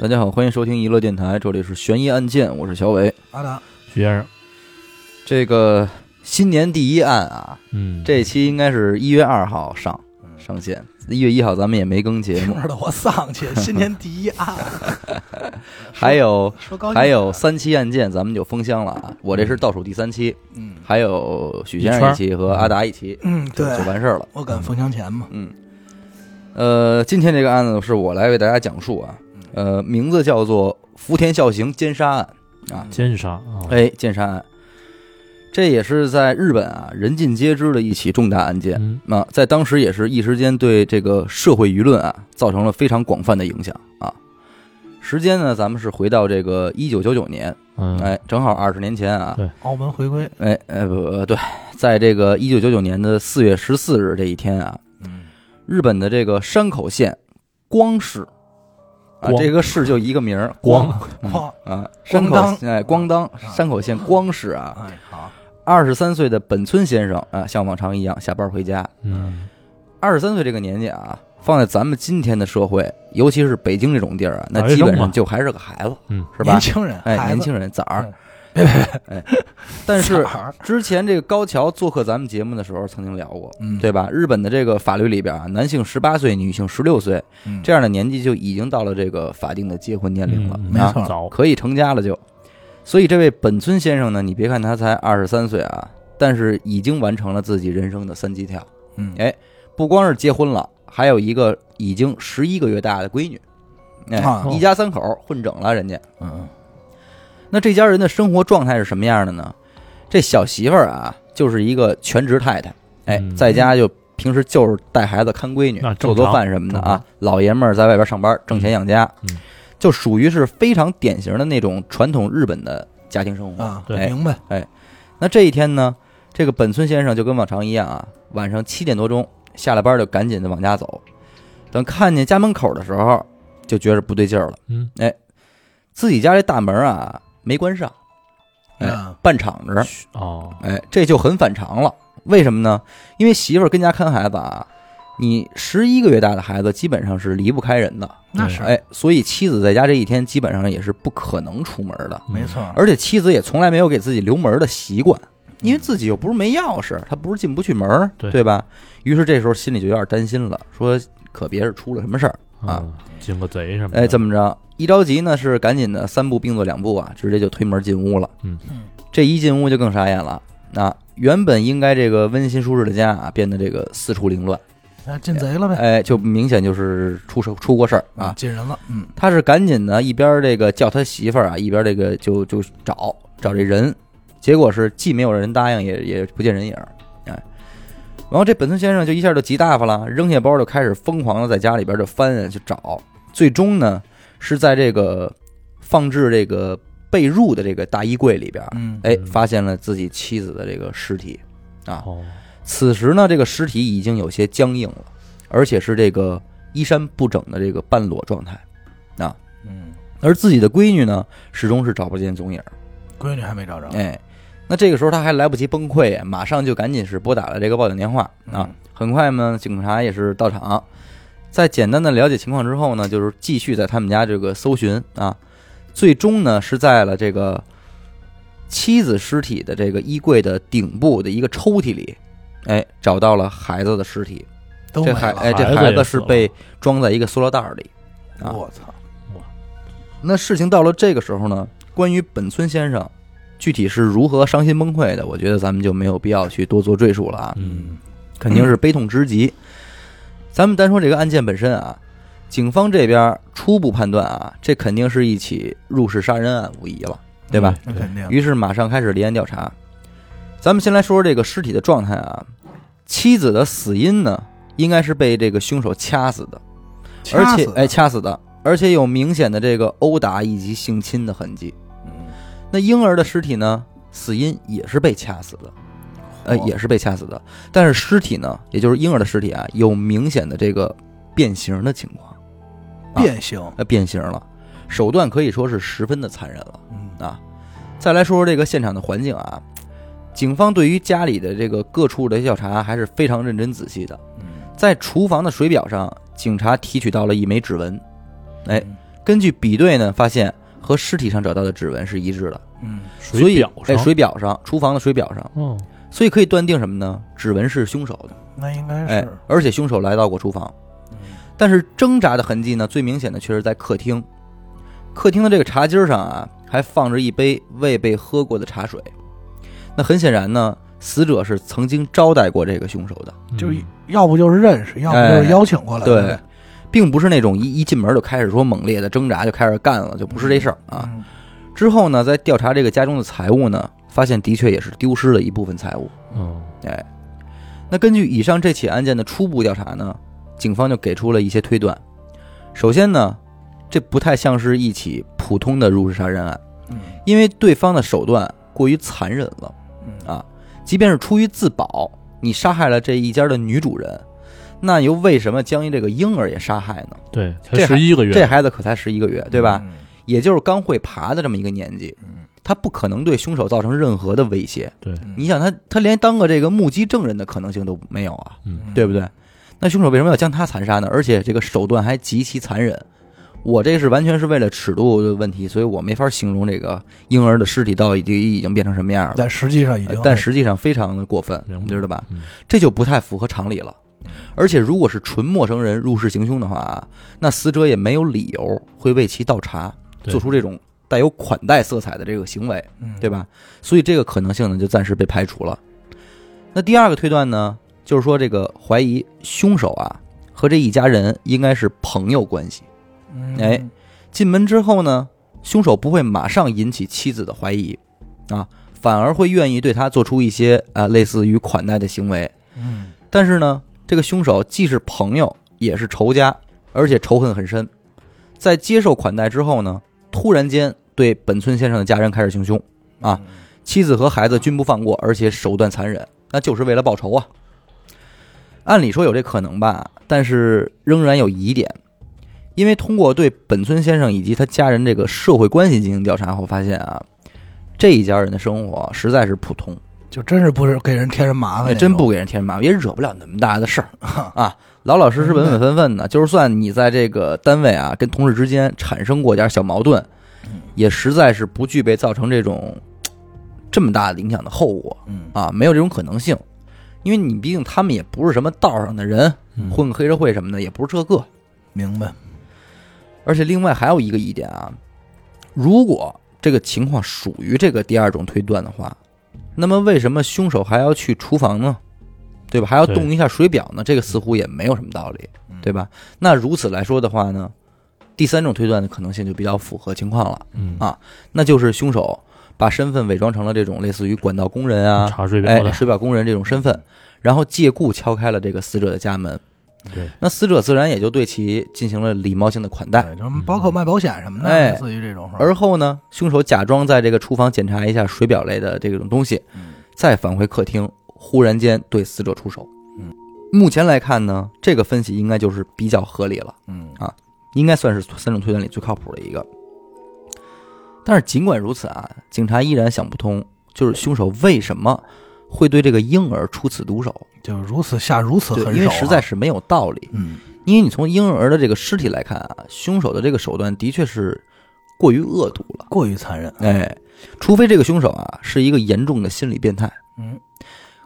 大家好，欢迎收听娱乐电台，这里是悬疑案件，我是小伟。阿达，徐先生，这个新年第一案啊，嗯，这期应该是一月二号上上线，一月一号咱们也没更节目听，着我丧 气，新年第一案，还有说高兴还有三期案件，咱们就封箱了啊！我这是倒数第三期，嗯还有许先生一期和阿达一期，嗯，就对，就完事儿了。我敢封箱前嘛，嗯，呃，今天这个案子是我来为大家讲述啊，呃，名字叫做福田孝行奸杀案啊，奸杀啊，哎，奸杀案，这也是在日本啊人尽皆知的一起重大案件。嗯，那、在当时也是一时间对这个社会舆论啊造成了非常广泛的影响啊。时间呢，咱们是回到这个一九九九年，嗯，哎，正好二十年前啊对。澳门回归，哎哎不呃对，在这个一九九九年的四月十四日这一天啊，嗯，日本的这个山口县光市啊，光这个市就一个名儿光，啊哐，啊，山口当哎光当山口县光市啊，哎，好，二十三岁的本村先生啊，像往常一样下班回家。嗯，二十三岁这个年纪啊，放在咱们今天的社会，尤其是北京这种地儿啊，那基本上就还是个孩子，嗯，是吧年？轻人，哎，孩子年轻人崽儿嗯。哎，但是崽儿之前这个高桥做客咱们节目的时候曾经聊过，嗯对吧？日本的这个法律里边啊，男性十八岁，女性十六岁嗯这样的年纪就已经到了这个法定的结婚年龄了，嗯没啊错早，可以成家了就。所以这位本村先生呢，你别看他才二十三岁啊，但是已经完成了自己人生的三级跳，嗯哎不光是结婚了，还有一个已经十一个月大的闺女，哎，啊一家三口混整了人家。嗯那这家人的生活状态是什么样的呢？这小媳妇儿啊，就是一个全职太太，哎，嗯在家就平时就是带孩子、看闺女那、做正做常饭什么的正啊常。老爷们儿在外边上班，挣钱养家，嗯就属于是非常典型的那种传统日本的家庭生活。啊，对哎，明白，那这一天呢，这个本村先生就跟往常一样啊，晚上七点多钟下了班就赶紧的往家走。等看见家门口的时候，就觉着不对劲儿了，嗯，自己家这大门啊没关上，哎嗯半敞着，哦，哎，这就很反常了。为什么呢？因为媳妇儿跟家看孩子啊，你十一个月大的孩子基本上是离不开人的，那是哎，所以妻子在家这一天基本上也是不可能出门的。嗯没错，而且妻子也从来没有给自己留门的习惯，因为自己又不是没钥匙，她不是进不去门儿，对对吧？于是这时候心里就有点担心了，说可别是出了什么事儿。嗯啊，进个贼什么的，哎，这么着，一着急呢是赶紧的三步并作两步啊，直接就推门进屋了。嗯嗯这一进屋就更傻眼了。那原本应该这个温馨舒适的家啊，变得这个四处凌乱，那进贼了呗，哎，就明显就是出事出过事儿啊嗯。进人了，嗯他是赶紧呢，一边这个叫他媳妇儿啊，一边这个就就找找这人，结果是既没有人答应，也也不见人影儿，哎，然后这本村先生就一下就急大发了，扔下包就开始疯狂的在家里边就翻啊去找，最终呢是在这个放置这个被褥的这个大衣柜里边，嗯，哎嗯，发现了自己妻子的这个尸体啊，哦，此时呢这个尸体已经有些僵硬了，而且是这个衣衫不整的这个半裸状态。嗯，而自己的闺女呢，始终是找不见踪影儿。闺女还没啊找着，哎，那这个时候他还来不及崩溃，马上就赶紧是拨打了这个报警电话啊嗯。很快呢，警察也是到场，在简单的了解情况之后呢，就是继续在他们家这个搜寻啊。最终呢，是在了这个妻子尸体的这个衣柜的顶部的一个抽屉里，哎，找到了孩子的尸体。都没这孩哎，了，这孩子孩也子死是了被装在一个塑料袋儿里。啊我操，那事情到了这个时候呢，关于本村先生具体是如何伤心崩溃的，我觉得咱们就没有必要去多做赘述了啊，嗯，肯定是悲痛之极。咱们单说这个案件本身啊，警方这边初步判断啊，这肯定是一起入室杀人案无疑了，对吧？那肯定，于是马上开始立案调查。咱们先来说说这个尸体的状态啊，妻子的死因呢，应该是被这个凶手掐死的。而掐且死的哎，掐死的，而且有明显的这个殴打以及性侵的痕迹。嗯那婴儿的尸体呢，死因也是被掐死的，呃，嚯也是被掐死的。但是尸体呢，也就是婴儿的尸体啊，有明显的这个变形的情况，啊变形，呃，变形了，手段可以说是十分的残忍了。嗯啊。再来说说这个现场的环境啊，警方对于家里的这个各处的调查还是非常认真仔细的。嗯，在厨房的水表上，警察提取到了一枚指纹，哎，根据比对呢，发现和尸体上找到的指纹是一致的，嗯，所水以表哎，上，水表上，厨房的水表上，哦，所以可以断定什么呢？指纹是凶手的，那应该哎是，，而且凶手来到过厨房，嗯但是挣扎的痕迹呢，最明显的却是在客厅，客厅的这个茶几儿上啊，还放着一杯未被喝过的茶水，那很显然呢，死者是曾经招待过这个凶手的。就嗯要不就是认识，要不就是邀请哎过来哎的，对，并不是那种一一进门就开始说猛烈的挣扎就开始干了，就不是这事儿啊。嗯，之后呢，在调查这个家中的财物呢，发现的确也是丢失了一部分财物。哦，那根据以上这起案件的初步调查呢，警方就给出了一些推断。首先呢，这不太像是一起普通的入室杀人案，嗯因为对方的手段过于残忍了。嗯啊即便是出于自保，你杀害了这一家的女主人，那又为什么将一这个婴儿也杀害呢？对，才这还十一个月，这孩子可才十一个月，对吧？？啊嗯也就是刚会爬的这么一个年纪，嗯他不可能对凶手造成任何的威胁。对，嗯你想他，他连当个这个目击证人的可能性都没有啊，嗯对不对？那凶手为什么要将他残杀呢？而且这个手段还极其残忍。我这是完全是为了尺度的问题，所以我没法形容这个婴儿的尸体到底已经变成什么样了。但实际上已经呃，但实际上非常的过分，明白你知道吧？嗯这就不太符合常理了。而且，如果是纯陌生人入室行凶的话啊，那死者也没有理由会为其倒查，对做出这种带有款待色彩的这个行为，嗯对吧？所以这个可能性呢，就暂时被排除了。那第二个推断呢，就是说这个怀疑凶手啊和这一家人应该是朋友关系。嗯哎进门之后呢，凶手不会马上引起妻子的怀疑，啊，反而会愿意对他做出一些啊、类似于款待的行为。嗯但是呢，这个凶手既是朋友，也是仇家，而且仇恨很深。在接受款待之后呢，突然间对本村先生的家人开始行凶，啊，妻子和孩子均不放过，而且手段残忍，那就是为了报仇啊。按理说有这可能吧，但是仍然有疑点，因为通过对本村先生以及他家人这个社会关系进行调查后，发现啊，这一家人的生活实在是普通，就真是不是给人添人麻哎烦，真不给人添麻烦，也惹不了那么大的事儿啊。老老实实、稳稳分分的，就是算你在这个单位啊，跟同事之间产生过点小矛盾，也实在是不具备造成这种嘖这么大的影响的后果嗯啊，没有这种可能性。因为你毕竟他们也不是什么道上的人，嗯混个黑社会什么的也不是这个。明白，而且另外还有一个疑点啊，如果这个情况属于这个第二种推断的话，那么为什么凶手还要去厨房呢？对吧？还要对动一下水表呢？这个似乎也没有什么道理，对吧？那如此来说的话呢，第三种推断的可能性就比较符合情况了，嗯啊那就是凶手把身份伪装成了这种类似于管道工人啊、嗯查水表哎的，水表工人这种身份，然后借故敲开了这个死者的家门。对，那死者自然也就对其进行了礼貌性的款待。对，就是包括卖保险什么的，哎类似于这种事儿，而后呢，凶手假装在这个厨房检查一下水表类的这种东西，嗯再返回客厅，忽然间对死者出手嗯。目前来看呢，这个分析应该就是比较合理了，嗯应该算是三种推断里最靠谱的一个。但是尽管如此啊，警察依然想不通，就是凶手为什么会对这个婴儿出此毒手？就如此下如此对，狠手啊，因为实在是没有道理。嗯因为你从婴儿的这个尸体来看啊，凶手的这个手段的确是过于恶毒了。过于残忍，哎，除非这个凶手啊是一个严重的心理变态。嗯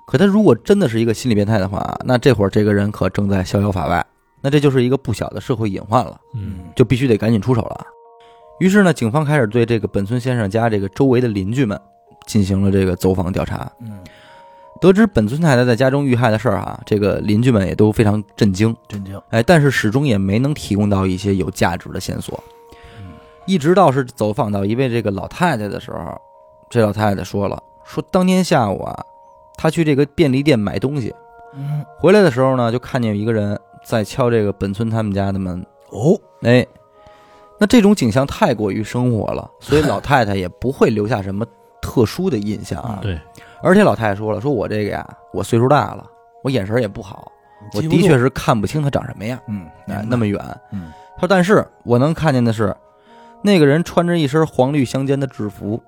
可他如果真的是一个心理变态的话，那这会儿这个人可正在逍遥法外，那这就是一个不小的社会隐患了，嗯就必须得赶紧出手了。于是呢，警方开始对这个本村先生家这个周围的邻居们进行了这个走访调查。嗯，得知本村太太在家中遇害的事儿啊，这个邻居们也都非常震惊。震惊，哎，但是始终也没能提供到一些有价值的线索。一直到是走访到一位这个老太太的时候，这老太太说了，说当天下午啊，她去这个便利店买东西，嗯回来的时候呢，就看见有一个人在敲这个本村他们家的门。哦，哎，那这种景象太过于生活了，所以 老太太也不会留下什么特殊的印象嗯啊。对，而且老太太说了，说我这个呀，我岁数大了，我眼神也不好，我记不的住确，是看不清她长什么样。嗯，哎，明那白么远。嗯他说：“但是我能看见的是，那个人穿着一身黄绿相间的制服，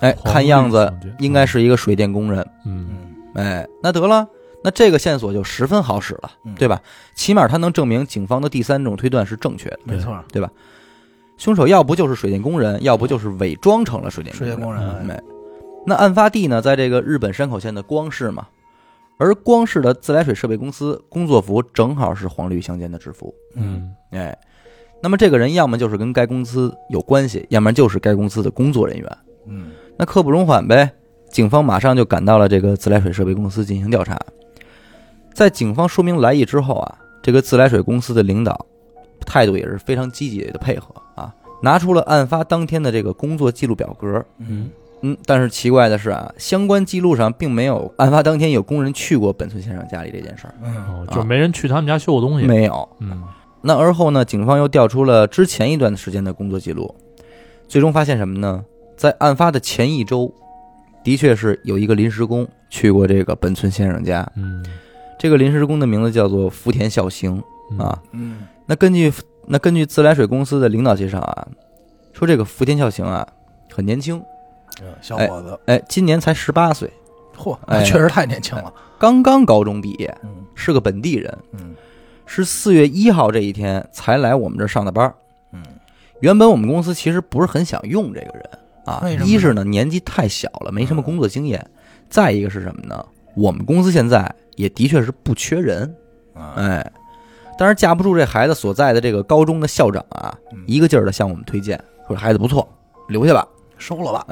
哎，黄绿看样子相间应该是一个水电工人。嗯，嗯哎，那得了，那这个线索就十分好使了，嗯对吧？起码他能证明警方的第三种推断是正确的。没错，对吧？凶手要不就是水电工人，要不就是伪装成了水电水电工人嗯哎那案发地呢，在这个日本山口县的光市嘛，而光市的自来水设备公司工作服正好是黄绿相间的制服，嗯，哎，那么这个人要么就是跟该公司有关系，要么就是该公司的工作人员，嗯，那刻不容缓呗。警方马上就赶到了这个自来水设备公司进行调查。在警方说明来意之后啊，这个自来水公司的领导态度也是非常积极的配合啊，拿出了案发当天的这个工作记录表格。嗯，嗯，但是奇怪的是啊，相关记录上并没有案发当天有工人去过本村先生家里这件事儿，嗯，哦，啊就没人去他们家修过东西。没有。嗯，那而后呢，警方又调出了之前一段时间的工作记录，最终发现什么呢？在案发的前一周，的确是有一个临时工去过这个本村先生家。嗯这个临时工的名字叫做福田孝行嗯啊。嗯，那根据那根据自来水公司的领导介绍啊，说这个福田孝行啊很年轻，小伙子，哎，今年才十八岁，嚯，哎那确实太年轻了。刚刚高中毕业，嗯是个本地人，嗯是四月一号这一天才来我们这儿上的班。嗯，原本我们公司其实不是很想用这个人啊为什，么呢嗯一是呢年纪太小了，没什么工作经验；再一个是什么呢？我们公司现在也的确是不缺人，啊，哎，但是架不住这孩子所在的这个高中的校长啊，嗯一个劲儿的向我们推荐，说孩子不错，留下吧。收了吧。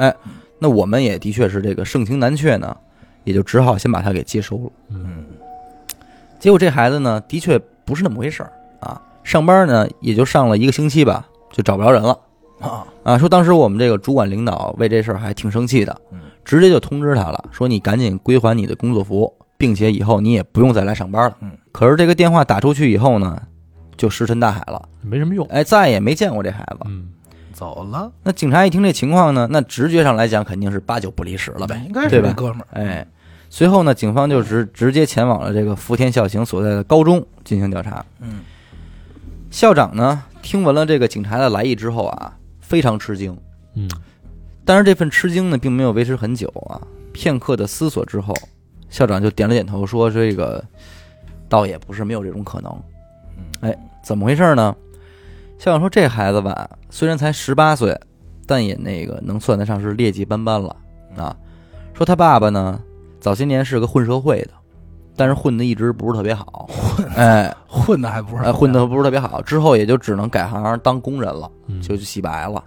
那我们也的确是这个盛情难却呢，也就只好先把他给接收了。嗯嗯结果这孩子呢，的确不是那么回事儿啊，上班呢也就上了一个星期吧，就找不着人了。啊，啊，说当时我们这个主管领导为这事儿还挺生气的嗯，直接就通知他了，说你赶紧归还你的工作服，并且以后你也不用再来上班了。嗯，可是这个电话打出去以后呢，就石沉大海了，没什么用。哎，再也没见过这孩子。嗯，走了，那警察一听这情况呢，那直觉上来讲肯定是八九不离十了呗。应该对是吧这哥们儿。哎，随后呢，警方就直直接前往了这个福田孝行所在的高中进行调查。嗯，校长呢，听闻了这个警察的来意之后啊，非常吃惊。嗯，但是这份吃惊呢，并没有维持很久啊。片刻的思索之后，校长就点了点头，说：“这个倒也不是没有这种可能。”哎，怎么回事呢？校长说：“这孩子吧，虽然才十八岁，但也那个能算得上是劣迹斑斑了啊。说他爸爸呢，早些年是个混社会的，但是混的一直不是特别好，混哎，混的还不是哎混的不是特别好，之后也就只能改行当工人了。”嗯就洗白了，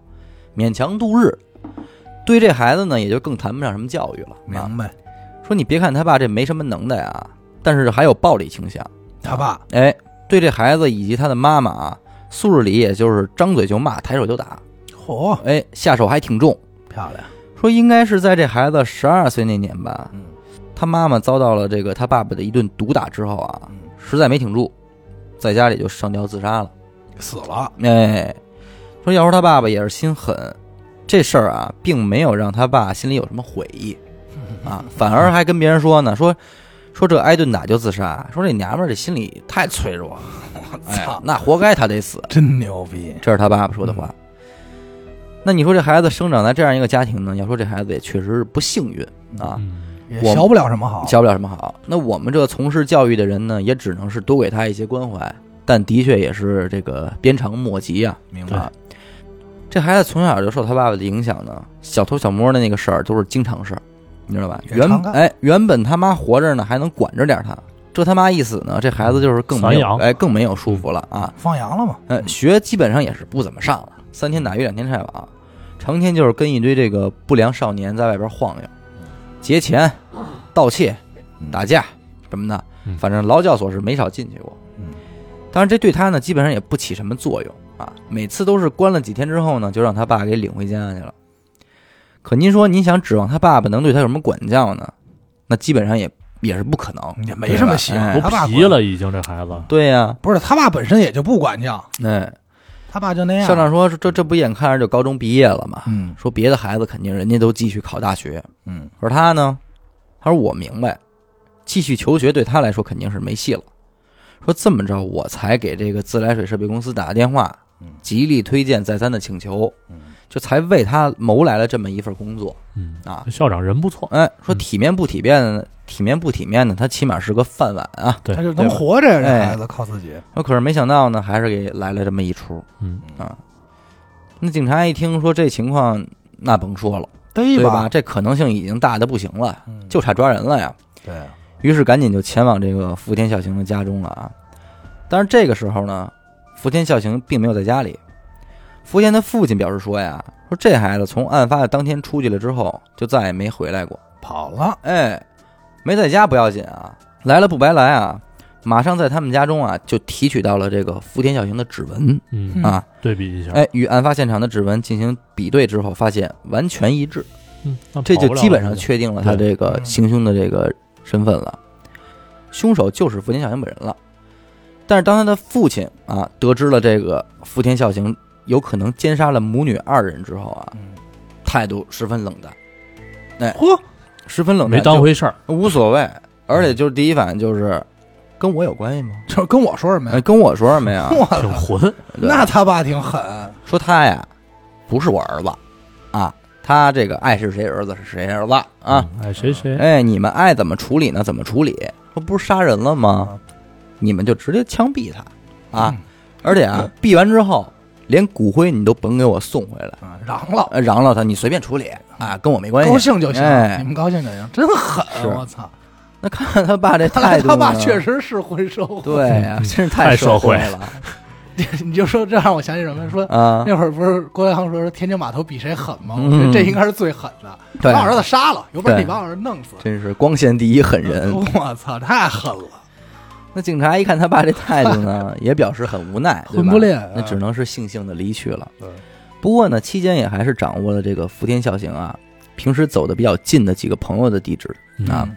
勉强度日。对这孩子呢，也就更谈不上什么教育了。啊，明白，说你别看他爸这没什么能耐啊，但是还有暴力倾向。他爸哎，对这孩子以及他的妈妈啊，素日里也就是张嘴就骂，抬手就打，嚯，哎，下手还挺重。漂亮，说应该是在这孩子十二岁那年吧，嗯他妈妈遭到了这个他爸爸的一顿毒打之后啊，嗯，实在没挺住，在家里就上吊自杀了。死了，哎，说要说他爸爸也是心狠，这事儿啊，并没有让他爸心里有什么悔意啊，反而还跟别人说呢，说说这挨顿打就自杀，说这娘们儿这心理太脆弱了，我哎操，，那活该他得死，真牛逼，这是他爸爸说的话。那你说这孩子生长在这样一个家庭呢？要说这孩子也确实是不幸运啊，嗯也我们学不了什么好。教不了什么好。那我们这从事教育的人呢，也只能是多给他一些关怀，但的确也是这个鞭长莫及呀、明啊，这孩子从小就受他爸爸的影响呢，小偷小摸的那个事儿都是经常事儿，你知道吧？也原常干哎，原本他妈活着呢，还能管着点他，这他妈一死呢，这孩子就是更没散有养哎，更没有束缚了啊！放羊了嘛？呃，学基本上也是不怎么上了，三天打鱼两天晒网，成天就是跟一堆这个不良少年在外边晃悠，劫钱、盗窃、打架什么的嗯，反正劳教所是没少进去过。嗯，当然，这对他呢基本上也不起什么作用啊。每次都是关了几天之后呢，就让他爸给领回家去了。可您说，您想指望他爸爸能对他有什么管教呢？那基本上也也是不可能。也没什么希望哎都他爸皮了，已经这孩子。对呀、不是他爸本身也就不管教，哎，他爸就那样。校长说这这不眼看着就高中毕业了嘛，嗯说别的孩子肯定人家都继续考大学，嗯而他呢，他说我明白，继续求学对他来说肯定是没戏了。说这么着，我才给这个自来水设备公司打个电话嗯，极力推荐再三的请求，嗯就才为他谋来了这么一份工作嗯，啊。校长人不错。哎，说体面不体面呢？体面不体面呢？他起码是个饭碗啊。对他就能对吧活着，这哎孩子靠自己。我可是没想到呢，还是给来了这么一出嗯啊。那警察一听说这情况，那甭说了，对对吧？？这可能性已经大的不行了，嗯就差抓人了呀。对，于是赶紧就前往这个福田孝行的家中了啊。但是这个时候呢，福田孝行并没有在家里。福田的父亲表示说呀，说这孩子从案发的当天出去了之后，就再也没回来过。跑了，哎，没在家不要紧啊，来了不白来啊。马上在他们家中啊，就提取到了这个福田孝行的指纹嗯，啊，对比一下，哎，与案发现场的指纹进行比对之后，发现完全一致，嗯，那这跑就不了基本上了确定了他对这个嗯行凶的这个身份了。凶手就是福田孝行本人了。但是当他的父亲啊得知了这个福田孝行有可能奸杀了母女二人之后啊，嗯态度十分冷淡，哎嚯，十分冷淡，没当回事儿，就无所谓，而且就是第一反应就是跟我有关系吗？这跟我说什么哎，呀？跟我说什么 呀？挺我混，对那他爸挺狠，啊说他呀不是我儿子啊，他这个爱是谁儿子是谁儿子啊。嗯，哎，谁谁，哎，你们爱怎么处理呢？怎么处理？说不是杀人了吗？你们就直接枪毙他嗯啊！而且啊，毙完之后，连骨灰你都甭给我送回来，啊，嚷了，呃嚷嚷他，你随便处理啊，跟我没关系。高兴就行，哎你们高兴就行，真狠啊是，我操！那看看他爸这看来态度呢， 他爸确实是混社会，对呀、嗯真是太社社会了 你就说这让我想起什么？说啊！那会儿不是郭德纲说是天津码头比谁狠吗？嗯我觉得这应该是最狠的，对啊把我儿子杀了，有本对事你把我儿子弄死！真是光鲜第一狠 人。我操，太狠了！那警察一看他爸这态度呢，也表示很无奈，对吧混不吝啊那只能是悻悻的离去了。不过呢，期间也还是掌握了这个福田孝行啊，平时走的比较近的几个朋友的地址嗯啊。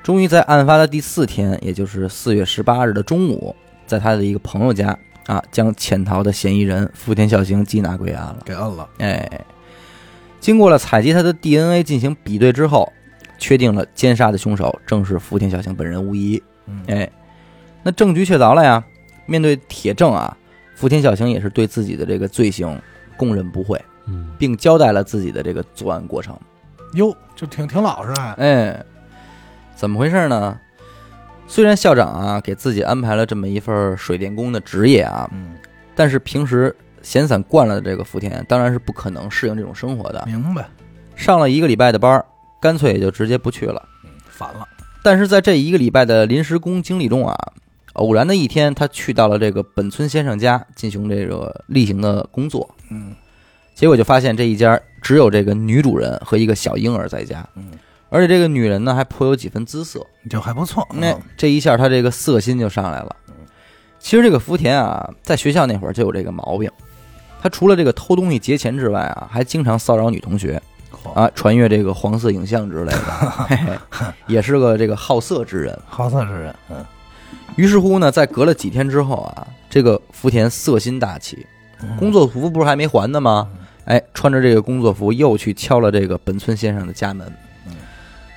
终于在案发的第四天，也就是四月十八日的中午，在他的一个朋友家啊，将潜逃的嫌疑人福田孝行缉拿归案了。给摁了，哎，经过了采集他的 DNA 进行比对之后，确定了奸杀的凶手正是福田孝行本人无疑。嗯哎，那证据确凿了呀。面对铁证啊，福田孝行也是对自己的这个罪行供认不讳，嗯，并交代了自己的这个作案过程。哟，就挺挺老实啊，哎，怎么回事呢？虽然校长啊给自己安排了这么一份水电工的职业啊，嗯，但是平时闲散惯了的这个福田当然是不可能适应这种生活的。明白，上了一个礼拜的班儿，干脆也就直接不去了。嗯，反了，但是在这一个礼拜的临时工经历中啊，偶然的一天，他去到了这个本村先生家进行这个例行的工作，嗯结果就发现这一家只有这个女主人和一个小婴儿在家，嗯，而且这个女人呢还颇有几分姿色。就还不错，那嗯这一下他这个色心就上来了。其实这个福田啊，在学校那会儿就有这个毛病，他除了这个偷东西节钱之外啊，还经常骚扰女同学啊，传阅这个黄色影像之类的， 嘿嘿也是个这个好色之人。好色之人，嗯，于是乎呢，在隔了几天之后啊，这个福田色心大起，嗯工作服不是还没还呢吗？哎，穿着这个工作服又去敲了这个本村先生的家门嗯。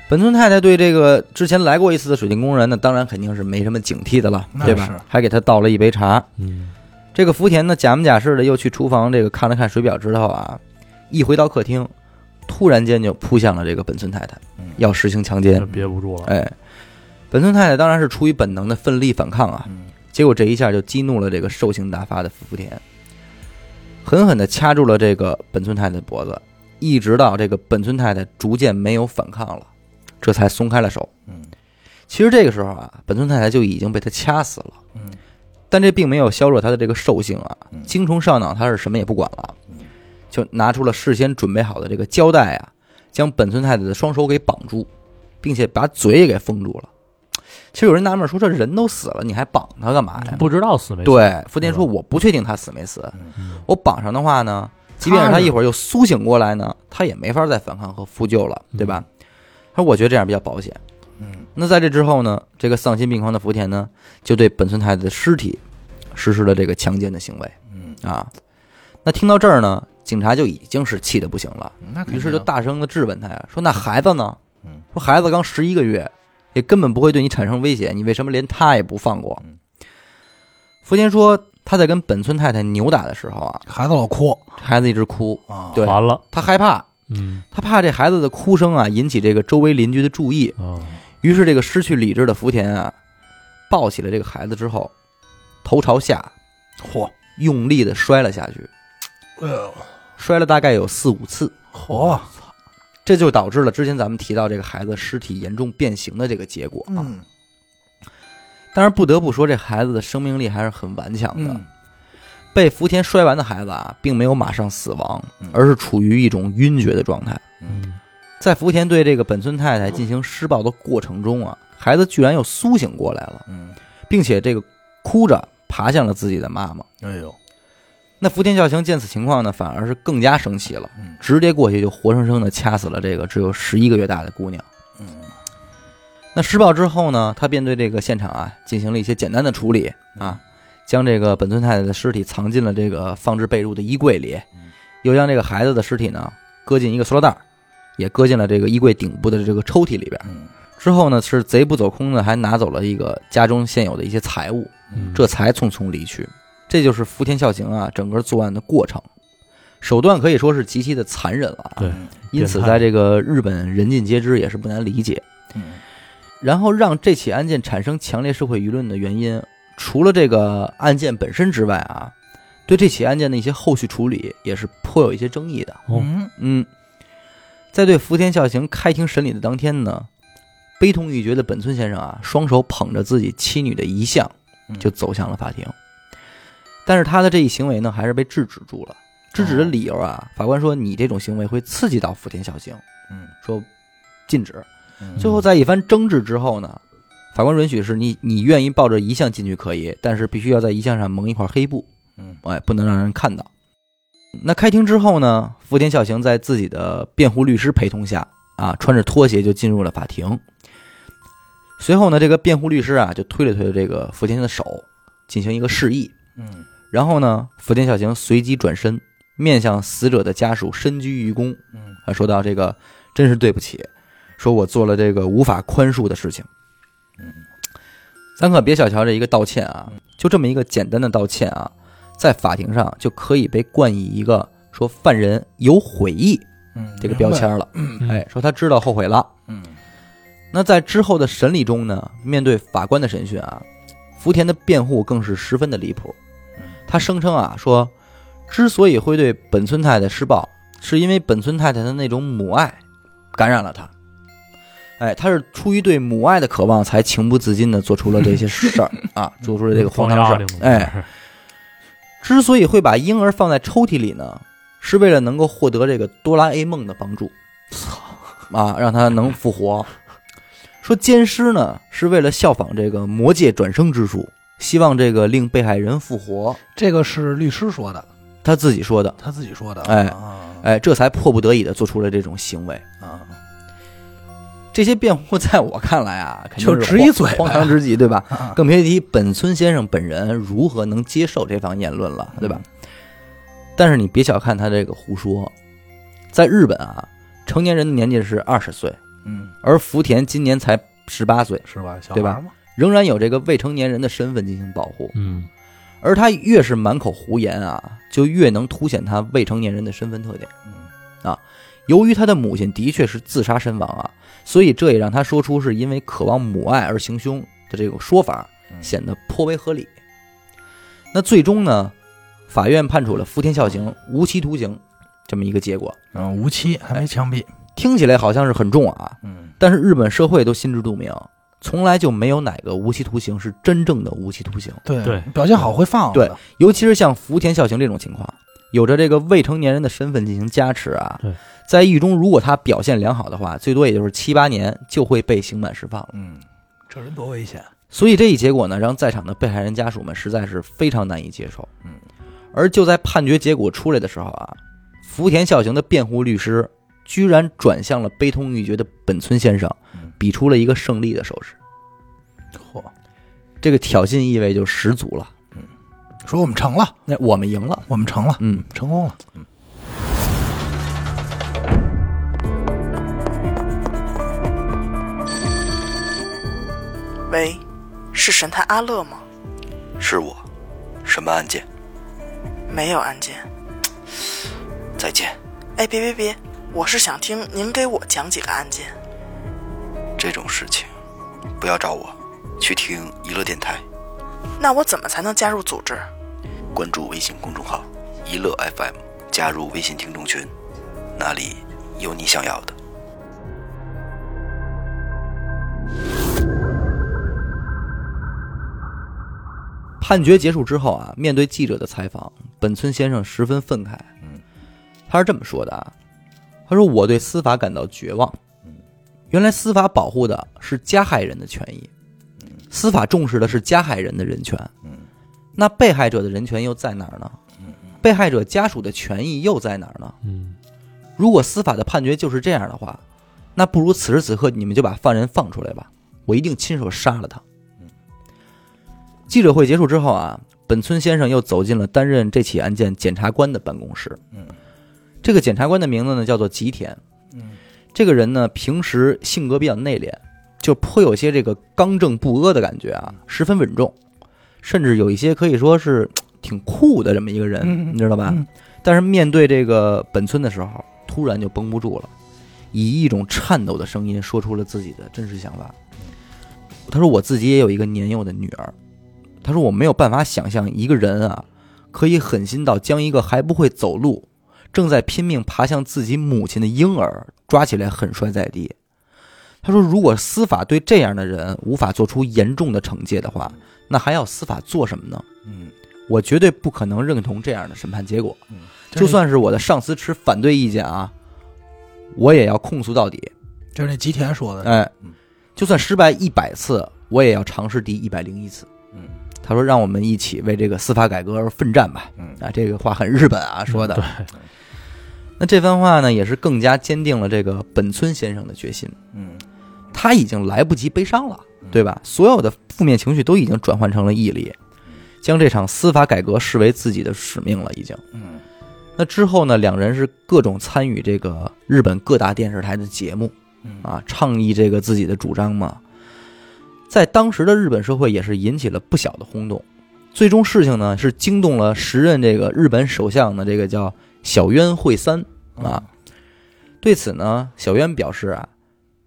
本村太太对这个之前来过一次的水电工人呢，当然肯定是没什么警惕的了，那对是吧？还给他倒了一杯茶。嗯，这个福田呢，假模假式的又去厨房这个看了看水表之后啊，一回到客厅，突然间就扑向了这个本村太太嗯，要实行强这奸。憋不住了，哎，本村太太当然是出于本能的奋力反抗啊，嗯结果这一下就激怒了这个兽性大发的福田，狠狠地掐住了这个本村太太的脖子，一直到这个本村太太逐渐没有反抗了，这才松开了手。嗯其实这个时候啊，本村太太就已经被他掐死了，嗯，但这并没有削弱他的这个兽性啊嗯。精虫上脑，他是什么也不管了，就拿出了事先准备好的这个胶带啊，将本村太太的双手给绑住，并且把嘴也给封住了。其实有人纳闷说，这人都死了，你还绑他干嘛呀？不知道死没死，哎对，福田说：“对我不确定他死没死嗯，我绑上的话呢，即便是他一会儿又苏醒过来呢，他也没法再反抗和呼救了，对吧？”他说：“我觉得这样比较保险。”嗯，那在这之后呢，这个丧心病狂的福田呢，就对本村太太的尸体实施了这个强奸的行为。嗯啊，那听到这儿呢，警察就已经是气得不行了，那肯定于是就大声的质问他呀，说：“那孩子呢嗯？说孩子刚十一个月，也根本不会对你产生威胁，你为什么连他也不放过嗯？”福田说，他在跟本村太太扭打的时候啊，孩子老哭孩子一直哭，啊，对完了，他害怕，嗯他怕这孩子的哭声啊引起这个周围邻居的注意，啊，于是这个失去理智的福田啊，抱起了这个孩子之后，头朝下嚯，用力的摔了下去，哎呦，摔了大概有四五次，嚯，这就导致了之前咱们提到这个孩子尸体严重变形的这个结果啊。嗯但是不得不说，这孩子的生命力还是很顽强的。嗯，被福田摔完的孩子啊，并没有马上死亡嗯，而是处于一种晕厥的状态。嗯，在福田对这个本村太太进行施暴的过程中啊，孩子居然又苏醒过来了，嗯，并且这个哭着爬向了自己的妈妈。哎呦，那福田孝行见此情况呢，反而是更加生气了，嗯直接过去就活生生的掐死了这个只有十一个月大的姑娘。嗯那施暴之后呢，他便对这个现场啊进行了一些简单的处理嗯啊，将这个本村太太的尸体藏进了这个放置被褥的衣柜里嗯，又将这个孩子的尸体呢搁进一个塑料袋儿，也搁进了这个衣柜顶部的这个抽屉里边。嗯之后呢，是贼不走空的，还拿走了一个家中现有的一些财物，嗯这才匆匆离去。这就是福田孝行啊，整个作案的过程，手段可以说是极其的残忍了啊。对嗯因此，变态在这个日本人尽皆知，也是不难理解。嗯然后让这起案件产生强烈社会舆论的原因，除了这个案件本身之外啊，对这起案件的一些后续处理也是颇有一些争议的。哦嗯嗯，在对福田孝行开庭审理的当天呢，悲痛欲绝的本村先生啊，双手捧着自己妻女的遗像，嗯就走向了法庭。但是他的这一行为呢，还是被制止住了。制止的理由啊，法官说你这种行为会刺激到福田孝行，嗯说禁止。嗯最后在一番争执之后呢，法官允许是你你愿意抱着遗像进去可以，但是必须要在遗像上蒙一块黑布，嗯哎，不能让人看到。那开庭之后呢，福田孝行在自己的辩护律师陪同下啊，穿着拖鞋就进入了法庭。随后呢，这个辩护律师啊就推了推这个福田的手，进行一个示意。嗯然后呢，福田孝行随即转身，面向死者的家属深鞠一躬，嗯啊，说到这个，真是对不起，说我做了这个无法宽恕的事情。嗯，咱可别小瞧这一个道歉啊，就这么一个简单的道歉啊，在法庭上就可以被冠以一个说犯人有悔意嗯，这个标签了。嗯哎，说他知道后悔了。明白，那在之后的审理中呢，面对法官的审讯啊，福田的辩护更是十分的离谱嗯。他声称啊，说之所以会对本村太太施暴，是因为本村太太的那种母爱感染了他。哎，他是出于对母爱的渴望，才情不自禁的做出了这些事儿啊，做出了这个荒唐嗯事儿。哎，，之所以会把婴儿放在抽屉里呢，是为了能够获得这个哆啦 A 梦的帮助，操啊，让他能复活。说奸尸呢，是为了效仿这个魔界转生之术，希望这个令被害人复活。这个是律师说的，他自己说的，他自己说的，哎啊哎，这才迫不得已的做出了这种行为。啊，这些辩护在我看来啊，肯定就是指一荒嘴呗荒唐之极，对吧？啊更别提本村先生本人如何能接受这方言论了，对吧？但是你别小看他这个胡说，在日本啊，成年人的年纪是二十岁，嗯，而福田今年才十八岁，是吧？小对吧孩嘛，仍然有这个未成年人的身份进行保护。嗯，而他越是满口胡言啊，就越能凸显他未成年人的身份特点。啊嗯由于他的母亲的确是自杀身亡啊，所以这也让他说出是因为渴望母爱而行凶的这个说法，嗯显得颇为合理。那最终呢，法院判处了福田孝行无期徒刑这么一个结果，嗯，无期还没枪毙，听起来好像是很重啊，嗯但是日本社会都心知肚明，从来就没有哪个无期徒刑是真正的无期徒刑。对对表现好会放的对，尤其是像福田孝行这种情况，有着这个未成年人的身份进行加持啊对，在狱中如果他表现良好的话，最多也就是七八年就会被刑满释放了。嗯，这人多危险，所以这一结果呢，让在场的被害人家属们实在是非常难以接受。嗯，而就在判决结果出来的时候啊，福田孝行的辩护律师居然转向了悲痛欲绝的本村先生嗯，比出了一个胜利的手势，嚯，这个挑衅意味就十足了。说我们成了，那我们赢了，我们成了，嗯。成功了，喂，是神探阿乐吗？是我，什么案件？没有案件。再见，哎，别别别，我是想听您给我讲几个案件。这种事情不要找我，去听娱乐电台，那我怎么才能加入组织？关注微信公众号“娱乐 FM”，加入微信听众群，那里有你想要的。判决结束之后啊，面对记者的采访，本村先生十分愤慨。嗯，他是这么说的啊，他说：“我对司法感到绝望。嗯原来司法保护的是加害人的权益，嗯司法重视的是加害人的人权。嗯，那被害者的人权又在哪儿呢？嗯被害者家属的权益又在哪儿呢？嗯，如果司法的判决就是这样的话，那不如此时此刻你们就把犯人放出来吧，我一定亲手杀了他。记者会结束之后啊，本村先生又走进了担任这起案件检察官的办公室。嗯，这个检察官的名字呢叫做吉田。嗯，这个人呢平时性格比较内敛，就颇有些这个刚正不阿的感觉嗯啊，十分稳重，甚至有一些可以说是挺酷的这么一个人，嗯嗯你知道吧？嗯但是面对这个本村的时候，突然就绷不住了，以一种颤抖的声音说出了自己的真实想法。嗯他说：“我自己也有一个年幼的女儿。”他说：“我没有办法想象一个人啊，可以狠心到将一个还不会走路、正在拼命爬向自己母亲的婴儿抓起来狠摔在地。”他说：“如果司法对这样的人无法做出严重的惩戒的话，那还要司法做什么呢？嗯，我绝对不可能认同这样的审判结果。就是就算是我的上司持反对意见啊，我也要控诉到底。那就是那吉田说的，哎嗯，就算失败一百次，我也要尝试第一百零一次。嗯，他说：“让我们一起为这个司法改革而奋战吧。”嗯啊，这个话很日本啊说的。嗯对，那这番话呢，也是更加坚定了这个本村先生的决心。嗯他已经来不及悲伤了，对吧？所有的负面情绪都已经转换成了毅力，嗯将这场司法改革视为自己的使命了，已经。嗯那之后呢，两人是各种参与这个日本各大电视台的节目嗯啊，倡议这个自己的主张嘛，在当时的日本社会也是引起了不小的轰动。最终事情呢是惊动了时任这个日本首相的这个叫小渊惠三啊。对此呢，小渊表示啊，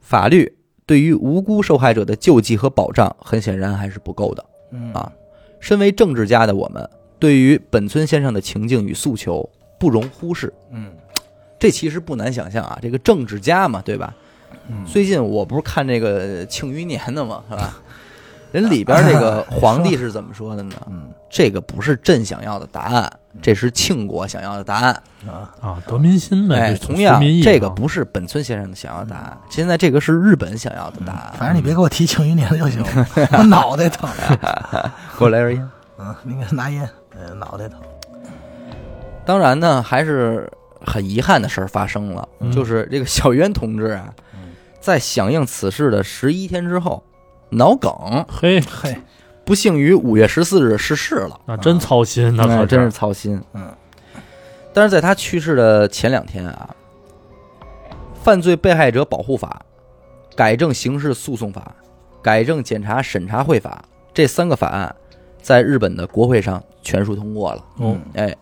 法律对于无辜受害者的救济和保障，很显然还是不够的。嗯啊身为政治家的我们，对于本村先生的情境与诉求不容忽视。嗯这其实不难想象啊，这个政治家嘛，对吧？嗯最近我不是看这个《庆余年》的嘛，是吧？人里边这个皇帝是怎么说的呢？嗯这个不是朕想要的答案，这是庆国想要的答案。啊啊，得民心呗，哎，这同样服民，意这个嘛不是本村先生的想要的答案，现在这个是日本想要的答案。嗯反正你别给我提庆余年就行， 我脑袋疼。给我来根烟。嗯，你给他拿烟，嗯，脑袋疼。当然呢，还是很遗憾的事儿发生了，嗯就是 这个小渊同志啊，在响应此事的十一天之后，脑梗嘿，嘿，不幸于五月十四日逝世了，那真操心，那那可啊哎真是操心。嗯，但是在他去世的前两天啊，《犯罪被害者保护法》、《改正刑事诉讼法》、《改正检察审查会法》这三个法案，在日本的国会上全数通过了。哦嗯哎，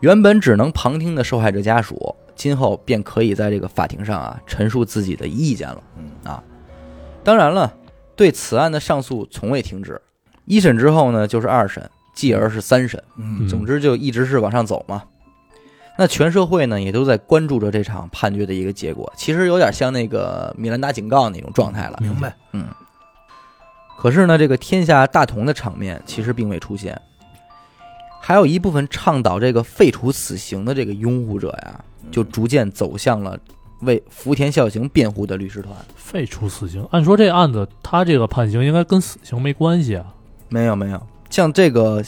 原本只能旁听的受害者家属，今后便可以在这个法庭上啊陈述自己的意见了。嗯啊，当然了，对此案的上诉从未停止，一审之后呢就是二审，继而是三审，嗯总之就一直是往上走嘛。那全社会呢也都在关注着这场判决的一个结果，其实有点像那个米兰达警告那种状态了。明白。嗯，可是呢，这个天下大同的场面其实并未出现，还有一部分倡导这个废除死刑的这个拥护者呀，就逐渐走向了为福田孝行辩护的律师团。废除死刑。按说这案子他这个判刑应该跟死刑没关系啊。没有没有，像这个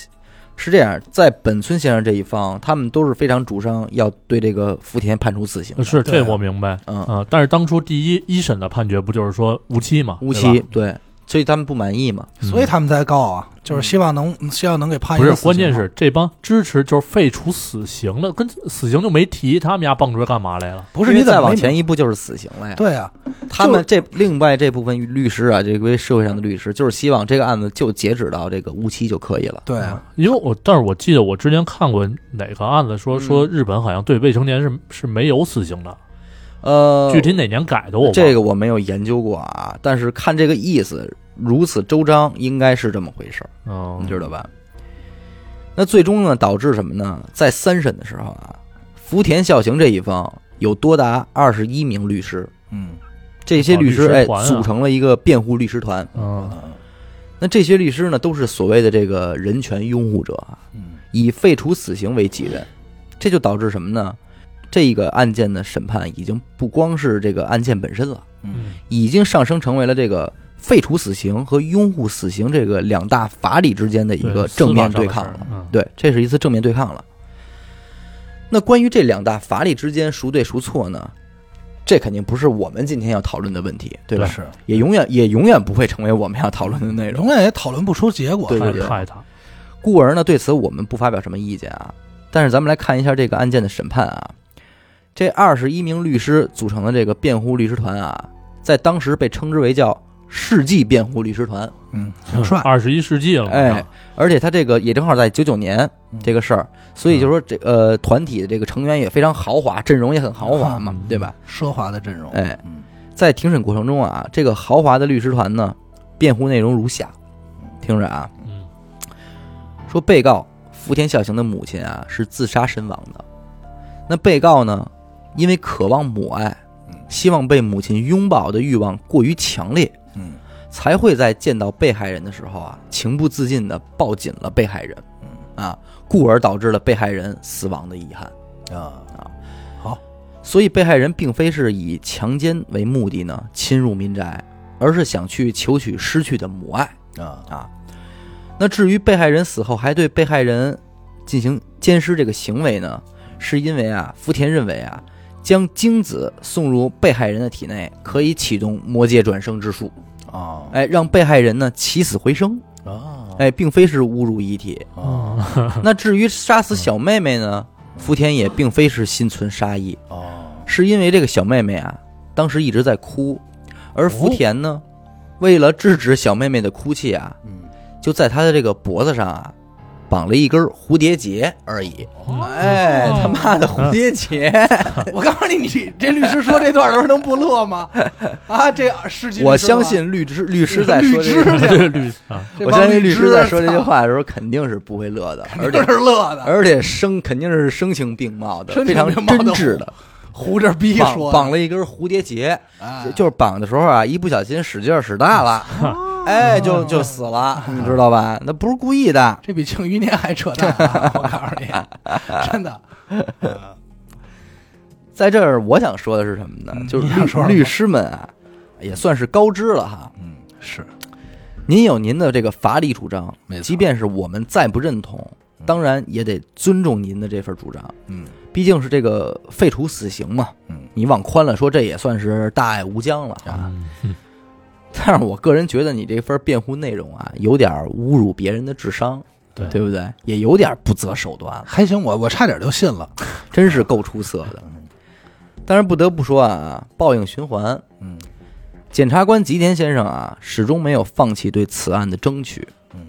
是这样，在本村先生这一方，他们都是非常主张要对这个福田判处死刑的。呃是对这啊我明白嗯啊，但是当初第一一审的判决不就是说无期嘛？无对吧期，对，所以他们不满意嘛。嗯所以他们才告啊，嗯就是希望能希望能给判一不个是死刑关键是这帮支持就是废除死刑的，跟死刑就没提，他们家蹦出来干嘛来了？不是因为你怎再么往没前一步就是死刑了呀。对啊，他们这另外这部分律师啊，这位社会上的律师，就是希望这个案子就截止到这个无期就可以了。对啊，因为我，但是我记得我之前看过哪个案子说、嗯说日本好像对未成年是是没有死刑的，呃，具体哪年改的我忘了这个我没有研究过啊，但是看这个意思，如此周章，应该是这么回事儿，嗯你知道吧？那最终呢，导致什么呢？在三审的时候啊，福田孝行这一方有多达二十一名律师，嗯这些啊律律师师哎团啊组成了一个辩护律师团。嗯那这些律师呢，都是所谓的这个人权拥护者啊，嗯以废除死刑为己任，这就导致什么呢？这个案件的审判已经不光是这个案件本身了，嗯，已经上升成为了这个废除死刑和拥护死刑这个两大法理之间的一个正面对抗了。了，对，这是一次正面对抗了。那关于这两大法理之间孰对孰错呢？这肯定不是我们今天要讨论的问题，对吧？是，也永远也永远不会成为我们要讨论的内容。永远也讨论不出结果。对太对对太他，故而呢，对此我们不发表什么意见啊。但是咱们来看一下这个案件的审判啊。这二十一名律师组成的这个辩护律师团啊，在当时被称之为叫世纪辩护律师团。嗯，挺帅。二十一世纪了，哎，而且他这个也正好在九九年嗯这个事儿，所以就说这呃团体的这个成员也非常豪华，阵容也很豪华嘛嗯，对吧？奢华的阵容，哎嗯，在庭审过程中啊，这个豪华的律师团呢，辩护内容如下，听着啊，嗯说被告福田孝行的母亲啊是自杀身亡的，那被告呢，因为渴望母爱嗯，希望被母亲拥抱的欲望过于强烈，嗯才会在见到被害人的时候啊，情不自禁的抱紧了被害人，嗯啊，故而导致了被害人死亡的遗憾。啊啊，好，所以被害人并非是以强奸为目的呢侵入民宅，而是想去求取失去的母爱啊，啊。那至于被害人死后还对被害人进行奸尸这个行为呢，是因为啊，福田认为啊，将精子送入被害人的体内可以启动魔界转生之术，啊，哎，让被害人呢起死回生，啊，哎，并非是侮辱遗 体。啊，那至于杀死小妹妹呢，福田也并非是心存杀意，哦，是因为这个小妹妹啊，当时一直在哭，哦而福田呢，为了制止小妹妹的哭泣啊，嗯，就在她的这个脖子上啊，绑了一根蝴蝶结而已。哦哎，他妈的蝴蝶 结！我告诉你，你这律师说这段的时候能不 乐吗？啊，这世纪，我相信律师律师在说这 律个，师这律啊，这我帮相信律律师在说这句操， 话的时候肯定是不会乐的，而肯定且是乐的，而且生肯定是声情并茂的，声非情常并茂真的挚的，胡着逼绑说的，绑了一根蝴蝶结。哎就就是绑的时候啊，一不小心使劲儿使大 了，哎，就就死啊了，你知道吧？那不是故意的。这比庆余年还扯淡 啊！我告诉 你，真的，在这儿，我想说的是什么呢？嗯就是你想说什律么律师们啊，也算是高知了哈。嗯，是您有您的这个法理主张没，错即便是我们再不认同，当然也得尊重您的这份主张。嗯，毕竟是这个废除死刑嘛。嗯，你往宽了说，这也算是大爱无疆了啊。但是我个人觉得你这份辩护内容啊，有点侮辱别人的智商。对对不对？也有点不择手段了，还行，我我差点就信了。真是够出色的。嗯当然不得不说啊，报应循环。嗯，检察官吉田先生啊，始终没有放弃对此案的争取。嗯，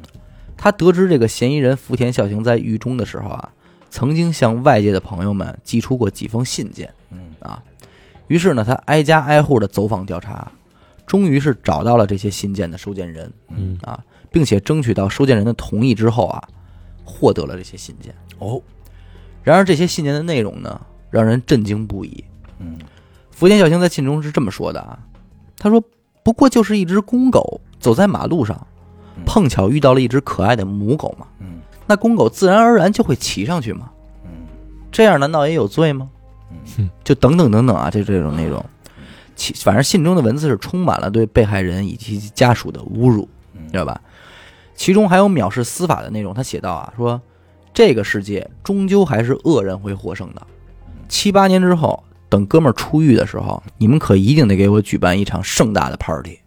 他得知这个嫌疑人福田孝行在狱中的时候啊，曾经向外界的朋友们寄出过几封信件。嗯啊，于是呢，他挨家挨户的走访调查，终于是找到了这些信件的收件人嗯啊，并且争取到收件人的同意之后啊，获得了这些信件。哦，然而这些信件的内容呢，让人震惊不已。嗯，福田孝行在信中是这么说的啊，他说：“不过就是一只公狗走在马路上，嗯碰巧遇到了一只可爱的母狗嘛，嗯那公狗自然而然就会骑上去嘛，嗯这样难道也有罪吗？”嗯就等等等等啊，这这种内容，其反正信中的文字是充满了对被害人以及家属的侮辱，知道吧？其中还有藐视司法的内容。他写道啊，说这个世界终究还是恶人会获胜的。七八年之后，等哥们儿出狱的时候，你们可一定得给我举办一场盛大的 party。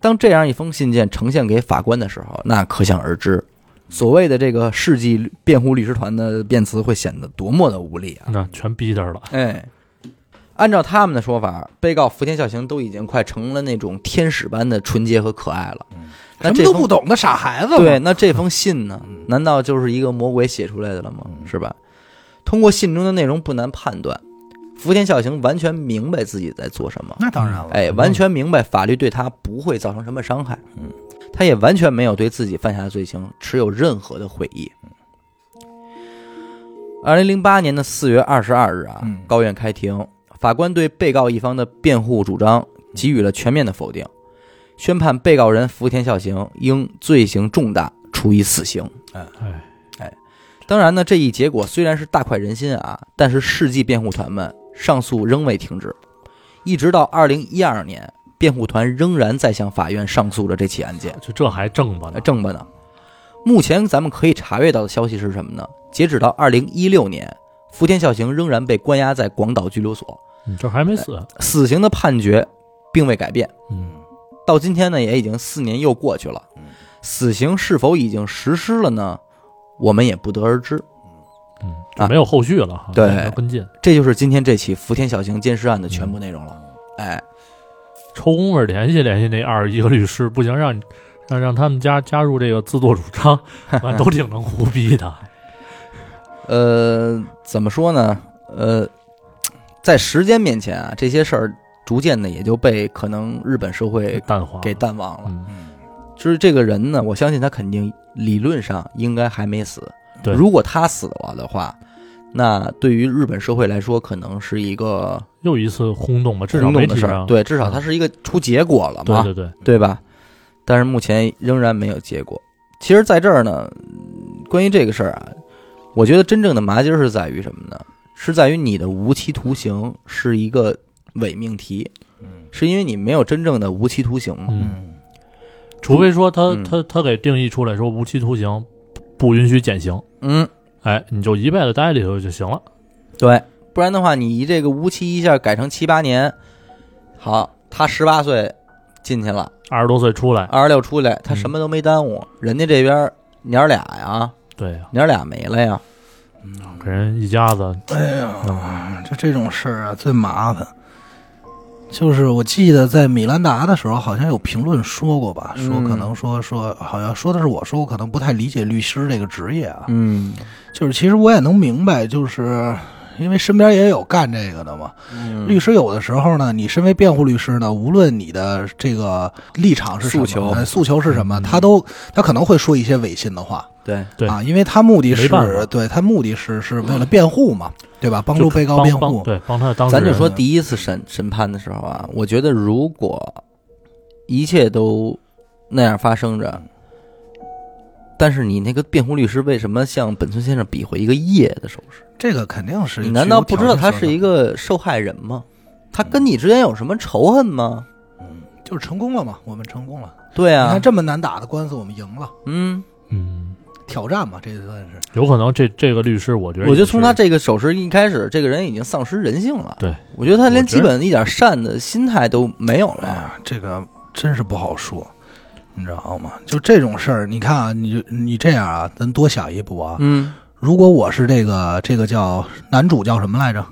当这样一封信件呈现给法官的时候，那可想而知，所谓的这个世纪辩护律师团的辩词会显得多么的无力啊！那全逼这儿了，哎，按照他们的说法，被告福田孝行都已经快成了那种天使般的纯洁和可爱了。那嗯什这么都封不懂的傻孩子，对，，那这封信呢？嗯难道就是一个魔鬼写出来的了吗？是吧？通过信中的内容不难判断，福田孝行完全明白自己在做什么。那当然了，嗯哎，完全明白法律对他不会造成什么伤害，嗯，他也完全没有对自己犯下的罪行持有任何的悔意。嗯二零零八年的四月二十二日啊嗯，高院开庭，法官对被告一方的辩护主张给予了全面的否定，宣判被告人福田孝行应罪行重大，处以死刑。哎，当然呢，这一结果虽然是大快人心啊，但是世纪辩护团们上诉仍未停止，一直到二零一二年，辩护团仍然在向法院上诉着这起案件。就这还正吧呢呃，？正吧呢。目前咱们可以查阅到的消息是什么呢？截止到二零一六年，福田孝行仍然被关押在广岛拘留所，你这嗯还没死，死刑的判决并未改变。嗯，到今天呢，也已经四年又过去了，死刑是否已经实施了呢？我们也不得而知。嗯，啊就没有后续了哈，对没有跟进，这就是今天这起福田孝行奸尸案的全部内容了。哎，抽工夫儿联系联系那二十一个律师，不行让你让让他们家加入这个自作主张，反正都挺能胡 逼的。呃，怎么说呢？呃，在时间面前啊，这些事儿逐渐的也就被可能日本社会淡化给淡忘了。嗯，就是这个人呢，我相信他肯定理论上应该还没死。对如果他死了的话，那对于日本社会来说，可能是一个又一次轰动吧，至少轰媒动的体事上嗯儿。，对，至少他是一个出结果了嘛，对对对，嗯对吧？但是目前仍然没有结果。其实，在这儿呢，嗯关于这个事儿啊，我觉得真正的麻筋儿是在于什么呢？是在于你的无期徒刑是一个伪命题，是因为你没有真正的无期徒刑嘛？嗯，嗯，除非说他嗯他他给定义出来说无期徒刑，不允许减刑，嗯，哎，你就一辈子待里头就行了。对，不然的话，你这个无期一下改成七八年，好，他十八岁进去了，二十多岁出来，二十六出来，他什么都没耽误，人家这边娘儿俩呀，对呀，娘儿俩没了呀，给人一家子，哎呀，就这种事儿啊，最麻烦。就是我记得在米兰达的时候，好像有评论说过吧，说嗯可能说说好像说的是我说我可能不太理解律师这个职业啊，嗯就是其实我也能明白，就是因为身边也有干这个的嘛。嗯律师有的时候呢，你身为辩护律师呢，无论你的这个立场是什么诉求嗯呃诉求是什么，他都他可能会说一些违心的话对，对啊，因为他目的没是办法对他目的是是嗯为了辩护嘛，对吧？帮助被告帮辩帮护，对，帮他的当事咱人。就说第一次审审判的时候啊，我觉得如果一切都那样发生着。但是你那个辩护律师为什么向本村先生比划一个夜的手势？这个肯定是你难道不知道他是一个个受害人吗？他跟你之间有什么仇恨吗？就是成功了嘛？我们成功了，对你啊看，这么难打的官司我们赢了，嗯，嗯，挑战嘛，这算是有可能这这个律师，我觉得我觉得也从是他这个手势一开始，这个人已经丧失人性了。对，我觉得他连我觉得基本一点善的心态都没有了。哎呀，这个真是不好说，你知道吗？就这种事儿，你看啊，你就你这样啊，咱多想一步啊。嗯，如果我是这个这个叫男主叫什么来着？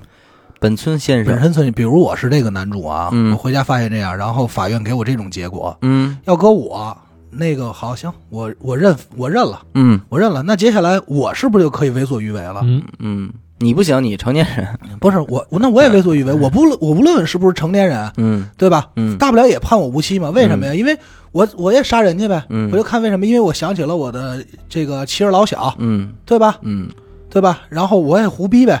本村先本生，身村，比如我是这个男主啊，嗯我回家发现这样，然后法院给我这种结果，嗯要搁我那个好行，我我认我认了，嗯我认了。那接下来我是不是就可以为所欲为了？嗯，嗯，你不行，你成年人。不是我，我那我也为所欲为，我不我无论是不是成年人，嗯对吧？ 嗯大不了也判我无期嘛？为什么呀？因为我我也杀人去呗，嗯我就看为什么，因为我想起了我的这个妻儿老小，嗯对吧？嗯，对吧？然后我也胡逼呗，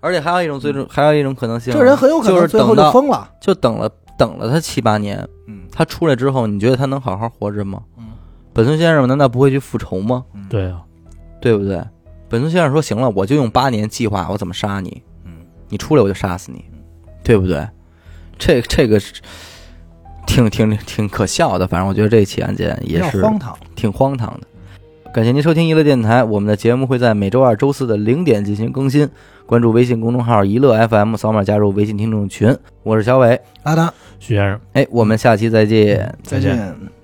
而且还有一种最终，还有一种可能性，这人很有可就能是最后等就到疯了。就等了等了他七八年，嗯他出来之后，你觉得他能好好活着吗？嗯本村先生难道不会去复仇吗？对啊呀，对不对？本村先生说：“行了，我就用八年计划，我怎么杀你？嗯，你出来我就杀死你，对不对？这这个是挺挺挺可笑的，反正我觉得这起案件比也较是荒唐。挺荒唐的。感谢您收听娱乐电台，我们的节目会在每周二、周四的零点进行更新。关注微信公众号“娱乐 FM”，扫码加入微信听众群。我是小伟，阿达，徐先生。哎，我们下期再见。再见见